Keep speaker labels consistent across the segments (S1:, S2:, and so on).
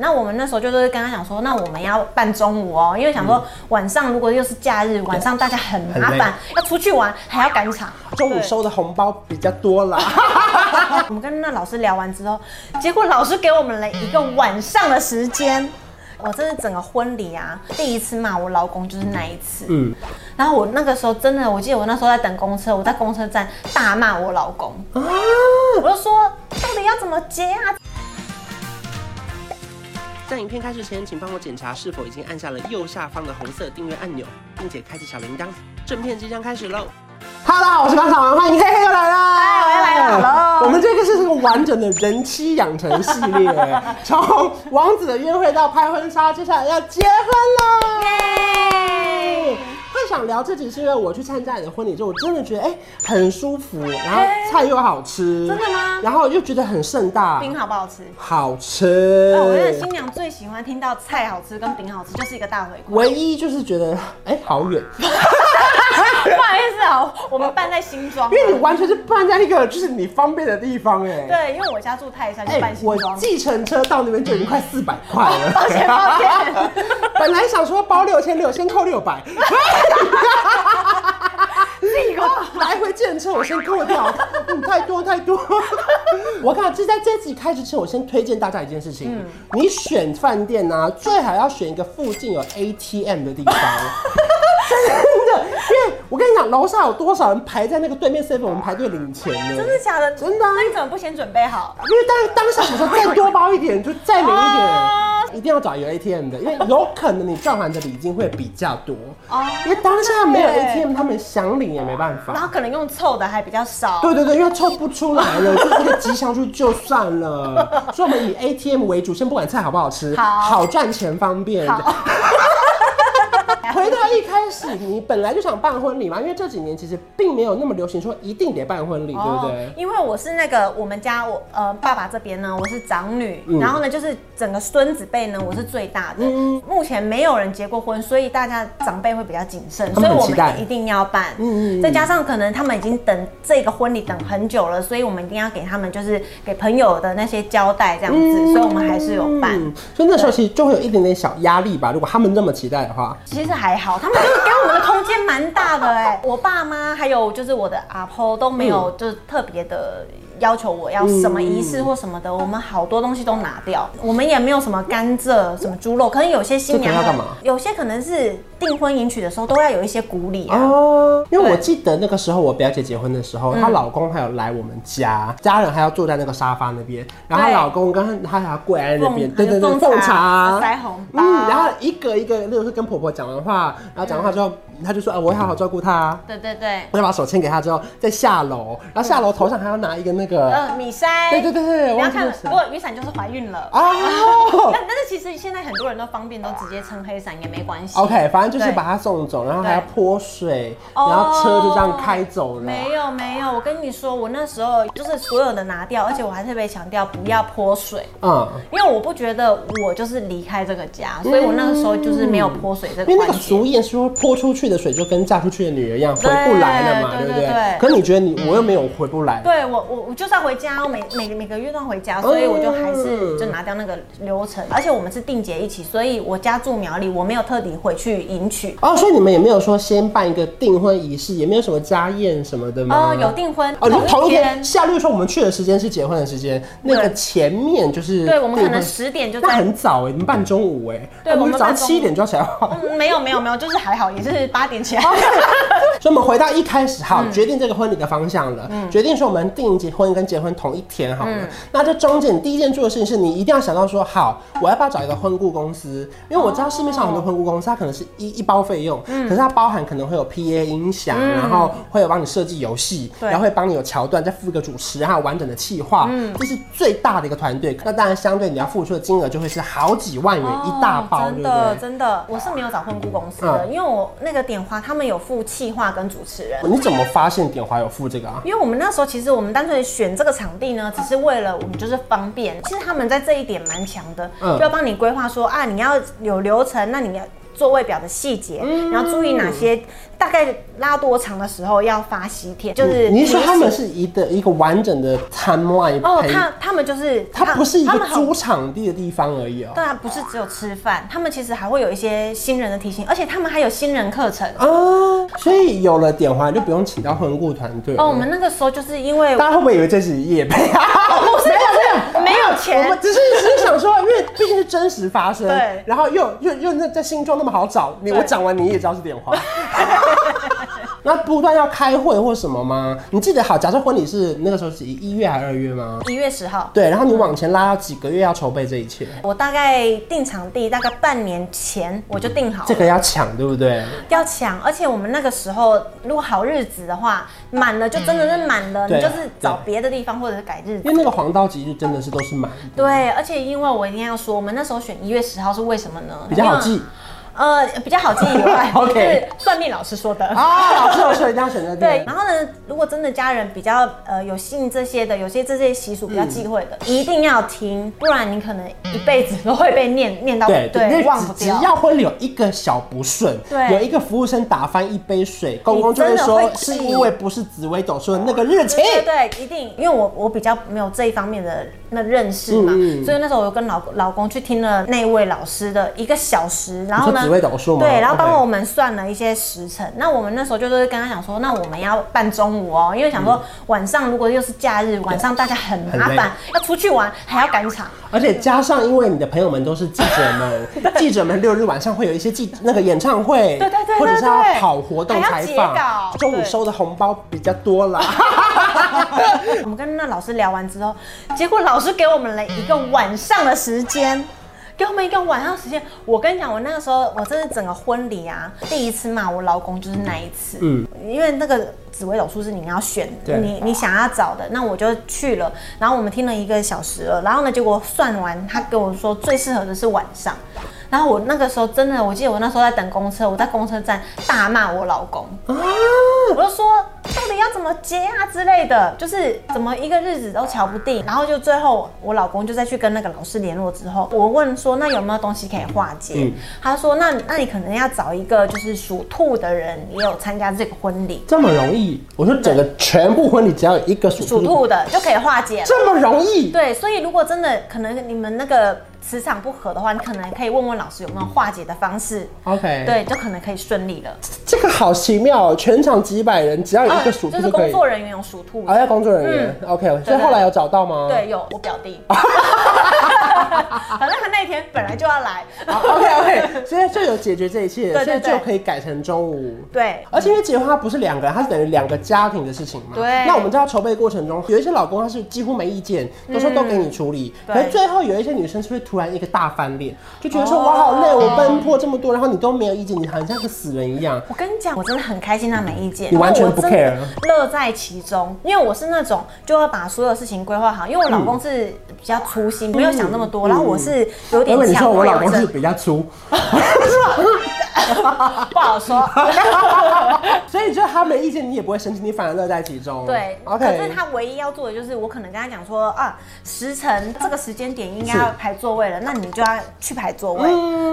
S1: 那我们那时候就是跟他讲说，那我们要办中午哦，因为想说晚上如果又是假日，晚上大家很麻
S2: 嗯很
S1: 烦
S2: 累，
S1: 要出去玩还要赶场。
S2: 中午收的红包比较多啦。
S1: 我们跟那老师聊完之后，结果老师给我们了一个晚上的时间。我真的整个婚礼啊，第一次骂我老公就是那一次。
S2: 嗯，
S1: 然后我那个时候真的，我记得我那时候在等公车，我在公车站大骂我老公，
S2: 啊
S1: 我就说到底要怎么结啊？
S3: 在影片开始前，请帮我检查是否已经按下了右下方的红色订阅按钮，并且开启小铃铛。正片即将开始喽！
S2: 哈喽，我是潘少文，欢迎嘿嘿又来啦！
S1: 嗨哎我又来了，hello
S2: 我们这个是这个完整的人妻养成系列，哎从王子的约会到拍婚纱，接下来要结婚啦！
S1: 耶！
S2: 会想聊这集是因为我去参加你的婚礼之后，我真的觉得哎、很舒服，然后菜又好吃，
S1: 哎真的吗
S2: 然后又觉得很盛大，
S1: 饼好不好吃？
S2: 好吃。
S1: 哦，我觉得新娘最喜欢听到菜好吃跟饼好吃，就是一个大回 馈。
S2: 唯一就是觉得哎、好远，
S1: 不好意思啊，我们办在新庄
S2: 因，为你完全是办在一个就是你方便的地方哎、
S1: 对，因为我家住泰山，
S2: 哎、
S1: 就办新
S2: 我
S1: 庄。
S2: 计程车到那边就已经快四百块 了，
S1: 抱歉抱歉
S2: 本来想说包六千六，先扣六百，
S1: 自己过
S2: 来回计程车我先扣掉，嗯，太多太多。 我看这在这集开始前，我先推荐大家一件事情，
S1: 嗯
S2: 你选饭店呢、啊，最好要选一个附近有 ATM 的地方。 真的，因为我跟你讲，楼上有多少人排在那个对面 seven，我们排队领钱呢？
S1: 真的假的？
S2: 真的啊
S1: 那你怎么不先准备好？
S2: 因为当当下我说再多包一 点，就再领一
S1: 哦
S2: 点，一定要找有 ATM 的，因为有可能你赚完的礼金会比较多。
S1: 哦
S2: 因为当下没有
S1: 对
S2: ATM，他们想领也没办
S1: 然
S2: 法。
S1: 后可能用凑的还比较少。
S2: 对对对，因为凑不出来了，就是那个吉祥数就算了。所以我们以 ATM 为主，先不管菜好不好吃，
S1: 好
S2: 赚钱方便。
S1: 好
S2: 回到一开始，你本来就想办婚礼嘛，因为这几年其实并没有那么流行说一定得办婚礼，对不对？
S1: 哦因为我是那个我们家我呃爸爸这边呢，我是长女，
S2: 嗯
S1: 然后呢就是整个孙子辈呢我是最大的，目前没有人结过婚，所以大家长辈会比较谨慎，
S2: 他
S1: 所
S2: 们
S1: 以
S2: 很
S1: 我
S2: 期待
S1: 们一定要办，
S2: 嗯嗯嗯
S1: 再加上可能他们已经等这个婚礼等很久了，所以我们一定要给他们就是给朋友的那些交代这样子，所以我们还是有办。
S2: 嗯，所以那时候其实就会有一点点小压力吧。如果他们那么期待的话，
S1: 其实还好，他们就是给我们的空间蛮大的哎、 我爸妈还有就是我的阿婆都没有就是特别的要求我要什么仪式或什么的，我们好多东西都拿掉，我们也没有什么甘蔗、什么猪肉，可能有些新娘
S2: 这可能要干嘛
S1: 有些可能是订婚迎娶的时候都要有一些鼓礼啊。
S2: 哦，因为我
S1: 对嗯
S2: 记得那个时候我表姐结婚的时候，她老公还有来我们家，家人还要坐在那个沙发那边，然后她
S1: 对
S2: 老公跟她还要跪在那边，
S1: 奉
S2: 对对对，
S1: 奉
S2: 奉
S1: 茶
S2: 茶、
S1: 塞红包
S2: 嗯，然后一个一个，例如说跟婆婆讲完话，然后讲完话之后，她就说，啊，我会好好照顾她。
S1: 对对对，
S2: 我就把手牵给她之后，再下楼，然后下楼头上还要拿一个那个，
S1: 呃，米筛，
S2: 对对对对，
S1: 不要
S2: 忘记
S1: 看
S2: 那
S1: 了
S2: 是，
S1: 不
S2: 谁
S1: 过雨伞就是怀孕了。
S2: 哦
S1: 但但是其实现在很多人都方便，都直接撑黑伞也没关系。
S2: OK，反正就是
S1: 对
S2: 把他送走，然后还要
S1: 对
S2: 泼水，
S1: 哦
S2: 然后车就这样开走了。
S1: 没有没有，我跟你说，我那时候就是所有的拿掉，而且我还特别强调不要泼水，
S2: 嗯，
S1: 因为我不觉得我就是离开这个家，所以我那个时候就是没有泼水这
S2: 因为
S1: 个
S2: 嗯那
S1: 环
S2: 个
S1: 节。
S2: 俗谚说泼出去的水就跟嫁出去的女儿一样，回
S1: 对
S2: 不来了嘛，
S1: 对
S2: 对不
S1: 对对
S2: 对？可你觉得你我又没有回不来，
S1: 对我我我就是要回家，我每每每个月都要回家，所以我就还是就拿掉那个流程，而且我们是定节一起，所以我家住苗栗，我没有特地回去迎娶。
S2: 哦，所以你们也没有说先办一个订婚仪式，也没有什么家宴什么的吗？
S1: 哦，有。订婚
S2: 嗯哦，你们
S1: 同
S2: 同
S1: 一
S2: 一
S1: 天
S2: 天，，下例如说我们去的时间是结婚的时间，那个前面就是
S1: 对我们可
S2: 订
S1: 能
S2: 婚
S1: 十点就
S2: 那
S1: 在
S2: 很早哎、你们办中午哎、
S1: 对
S2: 啊
S1: 我
S2: 不
S1: 们
S2: 是早
S1: 办
S2: 上
S1: 中午
S2: 七点就要起来化
S1: 嗯，没有没有没有，就是还好，也是八点起 来。
S2: 所以我们回到一开始，好，
S1: 嗯
S2: 决定这个婚礼的方向了，决定说我们定结婚跟结婚同一天好了。
S1: 嗯
S2: 那这中间你第一件做的事情是你一定要想到说，好，
S1: 嗯
S2: 我要不要找一个婚顾公司？因为我知道市面上很多婚顾公司，它可能是
S1: 嗯
S2: 一一包费用，可是它包含可能会有 PA 音响，然后会有帮你设计游戏，
S1: 对
S2: 然后会帮你有桥段，再付一个主持，还有完整的企划，
S1: 嗯
S2: 这是最大的一个团队。那当然，相对你要付出的金额就会是好几万元一大包，
S1: 哦真
S2: 对不
S1: 的
S2: 对？
S1: 真的，我是没有找婚顾公司的，因为我那个点花他们有付企划跟主持人。
S2: 你怎么发现点华有付这个啊？
S1: 因为我们那时候其实我们单纯选这个场地呢，只是为了我们就是方便。其实他们在这一点蛮强的，
S2: 嗯
S1: 就要帮你规划说啊，你要有流程，那你要座位表的细节，
S2: 嗯
S1: 然后注意哪些大概拉多长的时候要发喜帖，就是
S2: 你是说
S1: 提
S2: 他们
S1: 醒
S2: 是一的一个完整的 timeline
S1: 哦，
S2: 陪
S1: 他他们就是
S2: 它不是一
S1: 他
S2: 个
S1: 们很
S2: 租场地的地方而已哦。
S1: 对啊，不是只有吃饭，他们其实还会有一些新人的提醒，而且他们还有新人课程。
S2: 啊，所以有了点华就不用请到婚顾团队了
S1: 哦，我们那个时候就是因为
S2: 大家会不会以为这是夜配 啊？
S1: 哦不是不是没有
S2: 我们
S1: 钱，
S2: 只是只是想说，因为毕竟是真实发生，
S1: 对
S2: 然后又又又那在新庄那么好找，你
S1: 对
S2: 我讲完你也知道是点 花。那不断要开会或什么吗？你记得好，假设婚礼是那个时候是一月还是二月吗？
S1: 一月十号。
S2: 对，然后你往前拉到几个月要筹备这一切，
S1: 我大概定场地，大概半年前我就定好了
S2: 嗯这个要抢，对不对？
S1: 要抢，而且我们那个时候如果好日子的话，满了就真的是满了，
S2: 对
S1: 你
S2: 啊
S1: 就是找别的地方或者是改日
S2: 因
S1: 子。
S2: 为那个黄道吉日真的是都是满，
S1: 对，而且因为我一定要说，我们那时候选一月十号是为什么呢？
S2: 比较好
S1: 因
S2: 记
S1: 为。呃，比较好记以外
S2: OK
S1: 是算命老师说的。
S2: 啊。老师有说一定要选择
S1: 对
S2: 对，，
S1: 然后呢，如果真的家人比较呃有信这些的，有些这些习俗比较忌讳的，
S2: 嗯
S1: 一定要听，不然你可能一辈子都会被念念到
S2: 对因为
S1: 啊忘不
S2: 只
S1: 掉
S2: 只。要婚礼有一个小不顺，
S1: 对
S2: 有一个服务生打翻一杯水，公公就会
S1: 你真的会
S2: 说
S1: 气
S2: 是因为不是紫薇斗数的那个日期。
S1: 对对对，一定，因为我我比较没有这一方面的那认识嘛，
S2: 嗯嗯
S1: 所以那时候我跟老老公去听了那位老师的一个小时，然后
S2: 你
S1: 呢
S2: 说紫微斗数吗
S1: 对，然后
S2: OK
S1: 帮我们算了一些时辰。那我们那时候就是跟他讲说，那我们要办中午哦，因为想说晚上如果又是假日，晚上大家很麻
S2: 嗯很累
S1: 烦，要出去玩还要赶场。
S2: 而且加上，因为你的朋友们都是记者 们，记者们六日晚上会有一些记那个演唱会，
S1: 对对对
S2: 或者是要
S1: 对对
S2: 跑活动
S1: 还
S2: 采
S1: 要截
S2: 访
S1: 稿，
S2: 中午
S1: 对
S2: 收的红包比较 多啦。
S1: 我们跟那老师聊完之后，结果老师给我们了一个晚上的时间。给我们一个晚上时间，我跟你讲，我那个时候我真的整个婚礼啊，第一次骂我老公就是那一次，
S2: 嗯
S1: 嗯，因为那个紫薇斗数是你要选
S2: 对
S1: 的，你你想要找的，那我就去了，然后我们听了一个小时了，然后呢，结果算完，他跟我说最适合的是晚上，然后我那个时候真的，我记得我那时候在等公车，我在公车站大骂我老公，我就说到底要怎么结啊之类的，就是怎么一个日子都瞧不定，然后就最后我老公就再去跟那个老师联络之后，我问说那有没有东西可以化解？
S2: 嗯
S1: 他说那那你可能要找一个就是属兔的人也有参加这个婚礼，
S2: 这么容易？我说整个全部婚礼只要有一个属
S1: 属
S2: 兔，
S1: 兔的就可以化解了。
S2: 这么容易？
S1: 对，所以如果真的可能你们那个磁场不合的话，你可能可以问问老师有没有化解的方式，
S2: ，OK，，
S1: 对，就可能可以顺利了。
S2: 这个好奇妙哦，全场几百人，只要有一个属
S1: 呃就
S2: 兔
S1: 是
S2: 就可
S1: 工
S2: 以。
S1: 作人员有属兔
S2: 啊，
S1: 的，
S2: 要工作人员、o k 所
S1: 对
S2: 以
S1: 对
S2: 后来有找到吗？
S1: 对，有我表 弟。反正他那一天本来就要来，
S2: ，OK OK，所以就有解决这一切，
S1: 对对
S2: 所以
S1: 对
S2: 就可以改成中午。
S1: 对，
S2: 而且因为结婚它不是两个人，它是等于两个家庭的事情嘛。
S1: 对
S2: 那我们知道筹备过程中，有一些老公他是几乎没意见，都说都给你处理。
S1: 对
S2: 可是最后有一些女生是会突然一个大翻脸，就觉得说
S1: 嗯哦
S2: 我好累，我奔波这么多，然后你都没有意见，你好像个死人一样。
S1: 我跟你讲，我真的很开心他没意见，
S2: 你完全不
S1: 因为
S2: care
S1: 我真的乐在其中。因为我是那种就要把所有事情规划好，因为我老
S2: 嗯
S1: 公是比较粗心，没有想那么多，然后我是有点
S2: 因为你说
S1: 强
S2: 我
S1: 迫
S2: 老公
S1: 症
S2: 是比较粗，
S1: 不好说。
S2: 所以就他没意见，你也不会生气，你反而乐在其中。
S1: 对
S2: 哦，OK。
S1: 可是他唯一要做的就是，我可能跟他讲说啊，时辰这个时间点应该要
S2: 是嗯
S1: 排座位了，那你就要去排座位。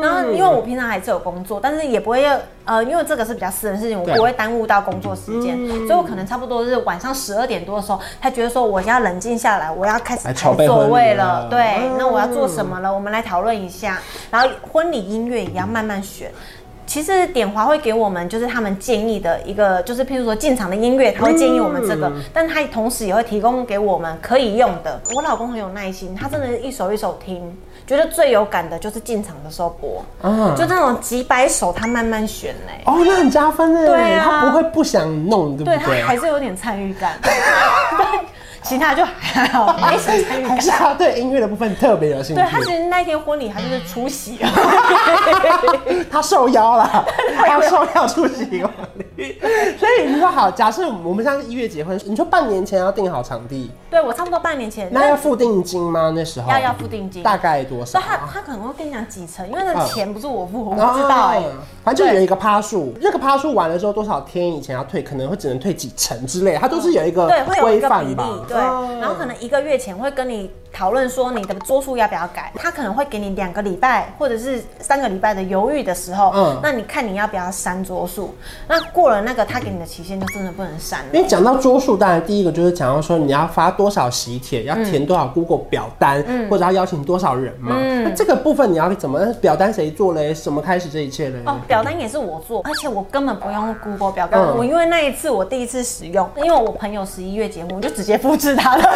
S1: 然后因为我平常还是有工作，但是也不会呃，因为这个是比较私人的事情，我
S2: 对嗯
S1: 不会耽误到工作时间，所以我可能差不多是晚上十二点多的时候，他觉得说我要冷静下来，我要开始
S2: 来
S1: 排
S2: 筹备
S1: 座
S2: 婚礼
S1: 位
S2: 了
S1: 了。对
S2: 嗯，
S1: 哎那我要做什么了？我们来讨论一下。然后婚礼音乐也要慢慢选。其实点华会给我们就是他们建议的一个，就是譬如说进场的音乐，他会建议我们这
S2: 嗯
S1: 个，但他同时也会提供给我们可以用的。我老公很有耐心，他真的是一首一首听，觉得最有感的就是进场的时候播，
S2: 啊
S1: 就那种几百首他慢慢选嘞、
S2: 哦，那很加分哎，
S1: 对啊
S2: 他不会不想弄，对
S1: 对
S2: 不
S1: 他
S2: 对？
S1: 还是有点参与感， 但其他就还好，没什么参与
S2: 还
S1: 感。
S2: 是他对音乐的部分特别有兴趣
S1: 对，他其实那天婚礼他就是出席了。
S2: 他受邀了， 他受邀出席婚礼。所以你说好，假设我们现在是一月结婚，你说半年前要定好场地，
S1: 对我差不多半年前，
S2: 那要付定金吗？那时候
S1: 要要付定金
S2: 大概多少
S1: 所以
S2: 啊？
S1: 他他可能会跟你讲几成，因为那个
S2: 嗯
S1: 钱不是我付，我不知道哎、
S2: 哦反正就有一个趴数，那个趴数完了之后多少天以前要退，可能会只能退几成之类，它都是有一个
S1: 对，会有一
S2: 规
S1: 个
S2: 范哦
S1: 比例
S2: 吧，？
S1: 对，然后可能一个月前会跟你讨论说你的桌数要不要改，他可能会给你两个礼拜或者是三个礼拜的犹豫的时候，
S2: 嗯
S1: 那你看你要不要删桌数？那过了那个他给你的期限，就真的不能删
S2: 因
S1: 了。
S2: 为讲到桌数，当然第一个就是讲到说你要发多少喜
S1: 嗯
S2: 帖，要填多少 Google 表单，或者要邀请多少人嘛。
S1: 嗯
S2: 那这个部分你要怎么呃表单谁做嘞？怎么开始这一切嘞？
S1: 哦，表单也是我做，而且我根本不用 Google 表单，
S2: 嗯
S1: 我因为那一次我第一次使用，因为我朋友十一月结婚，我就直接复制他的。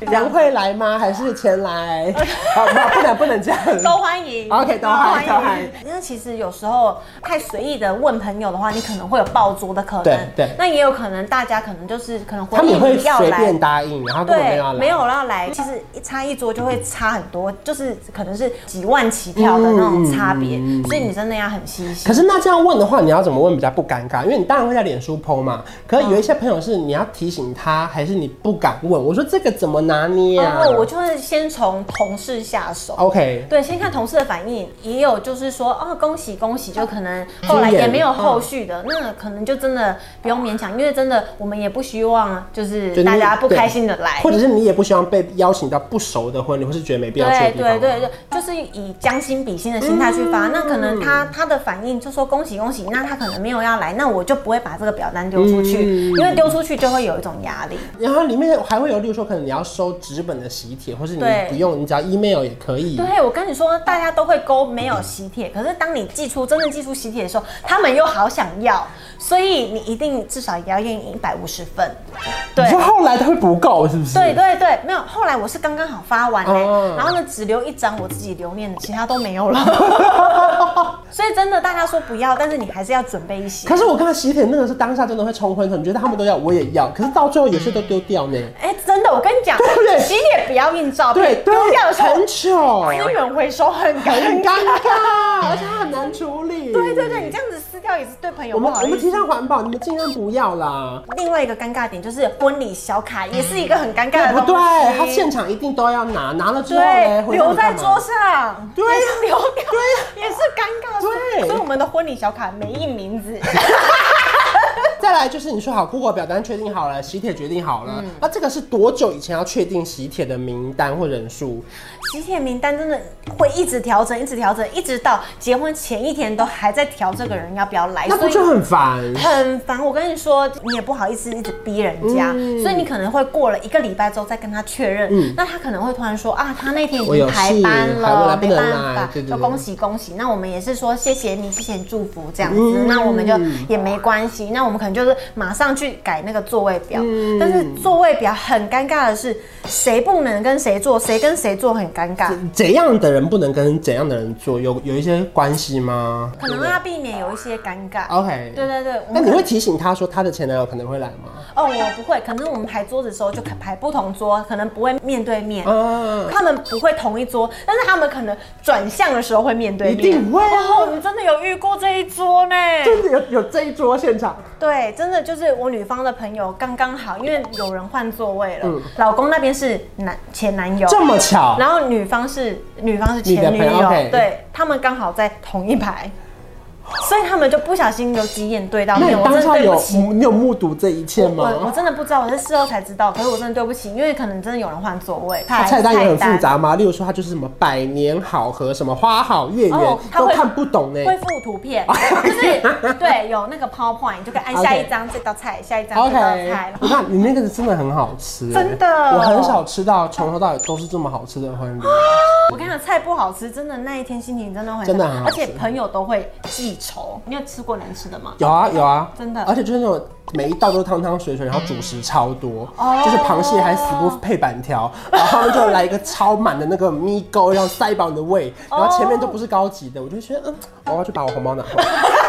S2: 梁慧来吗？还是钱来？好，不不能不能这样。
S1: 都欢迎
S2: OK，都欢迎都欢迎。
S1: 因为其实有时候太随意的问朋友的话，你可能会有爆桌的可能。
S2: 对对
S1: 那也有可能大家可能就是可能
S2: 他们也会
S1: 不要
S2: 随
S1: 来
S2: 便。答应，然后根本没有要
S1: 对，
S2: 来。
S1: 没有要来，其实一差一桌就会差很多，就是可能是几万起跳
S2: 嗯
S1: 的那种差别，所以你真的要很细
S2: 可
S1: 心。
S2: 是那这样问的话，你要怎么问比较不尴尬？因为你当然会在脸书 PO 嘛。可是有一些朋友是你要提醒他，还是你不敢问？我说这个怎么拿捏
S1: 然
S2: 啊
S1: 哦后我就会先从同事下手。
S2: ？OK，
S1: 对，先看同事的反应，也有就是说，哦，恭喜恭喜，就可能后来也没有后续
S2: 嗯
S1: 的，那可能就真的不用勉强，因为真的我们也不希望就是
S2: 就
S1: 大
S2: 你
S1: 家不
S2: 对
S1: 开心的来
S2: 或。者是你也不希望被邀请到不熟的婚礼，或是觉得没必要去的
S1: 对
S2: 地方嗯
S1: 对
S2: 吗。
S1: 对对，就是以将心比心的心态去发。那可能他他的反应就说恭喜恭喜，那他可能没有要来，那我就不会把这个表单丢出去，
S2: 嗯
S1: 因为丢出去就会有一种压力。
S2: 然后里面还会有，例如说，可能你要收纸本的喜帖，或是你
S1: 对
S2: 不用，你只要 email 也可以。
S1: 对，我跟你说，大家都会勾没有喜帖，可是当你寄出真正寄出喜帖的时候，他们又好想要，所以你一定至少也要愿意一百五十份。对
S2: 你说后来它会不够，是不是？
S1: 对对对，没有。后来我是刚刚好发完嘞、欸
S2: 哦
S1: 然后呢只留一张我自己留念的，其他都没有 了。所以真的，大家说不要，但是你还是要准备一些
S2: 可。是我看到喜帖那个是当下真的会冲昏头，你觉得他们都要，我也要，可是到最后有些都丢掉呢。
S1: 哎、真的，我跟你讲
S2: 对不对，
S1: 喜帖不要印照
S2: 对
S1: 片，
S2: 对
S1: 丢掉，的时候
S2: 很糗，
S1: 资源回收很尴
S2: 很
S1: 尬。
S2: 尴 尬，而且它很难处理。
S1: 对对对，你这样子撕掉也是对朋友
S2: 我
S1: 不
S2: 们
S1: 好
S2: 我
S1: 意
S2: 们
S1: 思
S2: 提。倡环保，你们尽量不要啦。
S1: 另外一个尴尬点就是婚礼小卡，也是一个很尴尬的
S2: 嗯哎不
S1: 东西。
S2: 对，他现场一定都要拿，拿了之后
S1: 对
S2: 嘞，回家
S1: 留
S2: 你干
S1: 在
S2: 嘛
S1: 桌上，
S2: 对呀
S1: 也是留掉，
S2: 对呀
S1: 也是尴尬。
S2: 对
S1: 所以我们的婚礼小卡没印名字。
S2: 再来就是你说好 Google 表单确定好了，喜帖决定好
S1: 嗯
S2: 了，那这个是多久以前要确定喜帖的名单或人数？
S1: 喜帖名单真的会一直调整，一直调整，一直到结婚前一天都还在调这个人要不要来，
S2: 那不就很烦？
S1: 很烦。我跟你说，你也不好意思一直逼人家，
S2: 嗯
S1: 所以你可能会过了一个礼拜之后再跟他确认，那他可能会突然说啊，他那天已
S2: 我有
S1: 经排
S2: 事
S1: 班
S2: 嗯还不来
S1: 了，
S2: 不
S1: 没
S2: 能
S1: 办
S2: 来
S1: 法，
S2: 对对
S1: 就
S2: 对
S1: 恭喜恭喜。那我们也是说谢谢你，谢谢你祝福这样子，那我们就
S2: 嗯
S1: 也没关系。那我们可能就是马上去改那个座位表，
S2: 嗯
S1: 但是座位表很尴尬的是，谁不能跟谁坐，谁跟谁坐很尴尬。
S2: 怎样的人不能跟怎样的人做？有有一些关系吗？
S1: 可能要避免有一些尴尬。
S2: OK。
S1: 对对对，我
S2: 那
S1: 们
S2: 你
S1: 可
S2: 会提醒他说他的前男友可能会来吗？
S1: 哦，我不会，可能我们排桌子的时候就排不同桌，可能不会面对面。
S2: 啊，
S1: 他们不会同一桌，但是他们可能转向的时候会面对
S2: 一
S1: 面。
S2: 定会
S1: 哦，我
S2: 啊！
S1: 们真的有遇过这一桌呢。
S2: 就是有有这一桌现场，
S1: 对，真的就是我女方的朋友刚刚好，因为有人换座位了，
S2: 嗯
S1: 老公那边是男前男友，
S2: 这么巧，
S1: 然后女方是女方是前
S2: 你
S1: 女
S2: 的朋友
S1: 友，
S2: ，OK
S1: 对他们刚好在同一排，所以他们就不小心有几眼对到
S2: 那
S1: 面，
S2: 你
S1: 我真
S2: 当
S1: 的
S2: 下
S1: 对
S2: 有
S1: 不起。
S2: 你有目睹这一切
S1: 我我
S2: 吗？
S1: 真的不知道，我是事后才知道。可是我真的对不起，因为可能真的有人换座位，
S2: 它菜单也很复
S1: 菜单，
S2: 杂吗？例如说，它就是什么百年好合，什么花好月圆
S1: 哦，它
S2: 都
S1: 会
S2: 看不懂呢。
S1: 会附图片，就是对有那个 PowerPoint，你就可以按
S2: OK
S1: 下一张这道菜，下一张这道
S2: OK，
S1: 菜。
S2: 你看你那个真的很好吃，欸
S1: 真的
S2: 我很少吃到从头到尾都是这么好吃的婚礼。
S1: 我跟你讲，菜不好吃，真的那一天心情真的会
S2: 真的很好
S1: 而
S2: 吃
S1: 且朋友都会记仇。你有吃过难吃的吗？
S2: 有啊有啊，
S1: 真的
S2: 而且就是那种每一道都汤汤水水，然后主食超多，
S1: 哦
S2: 就是螃蟹还死不配板条，然后他们就来一个超满的那个咪沟，然后塞饱你的胃，然后前面都不是高级的，我就觉得嗯，我要去把我红包拿回来。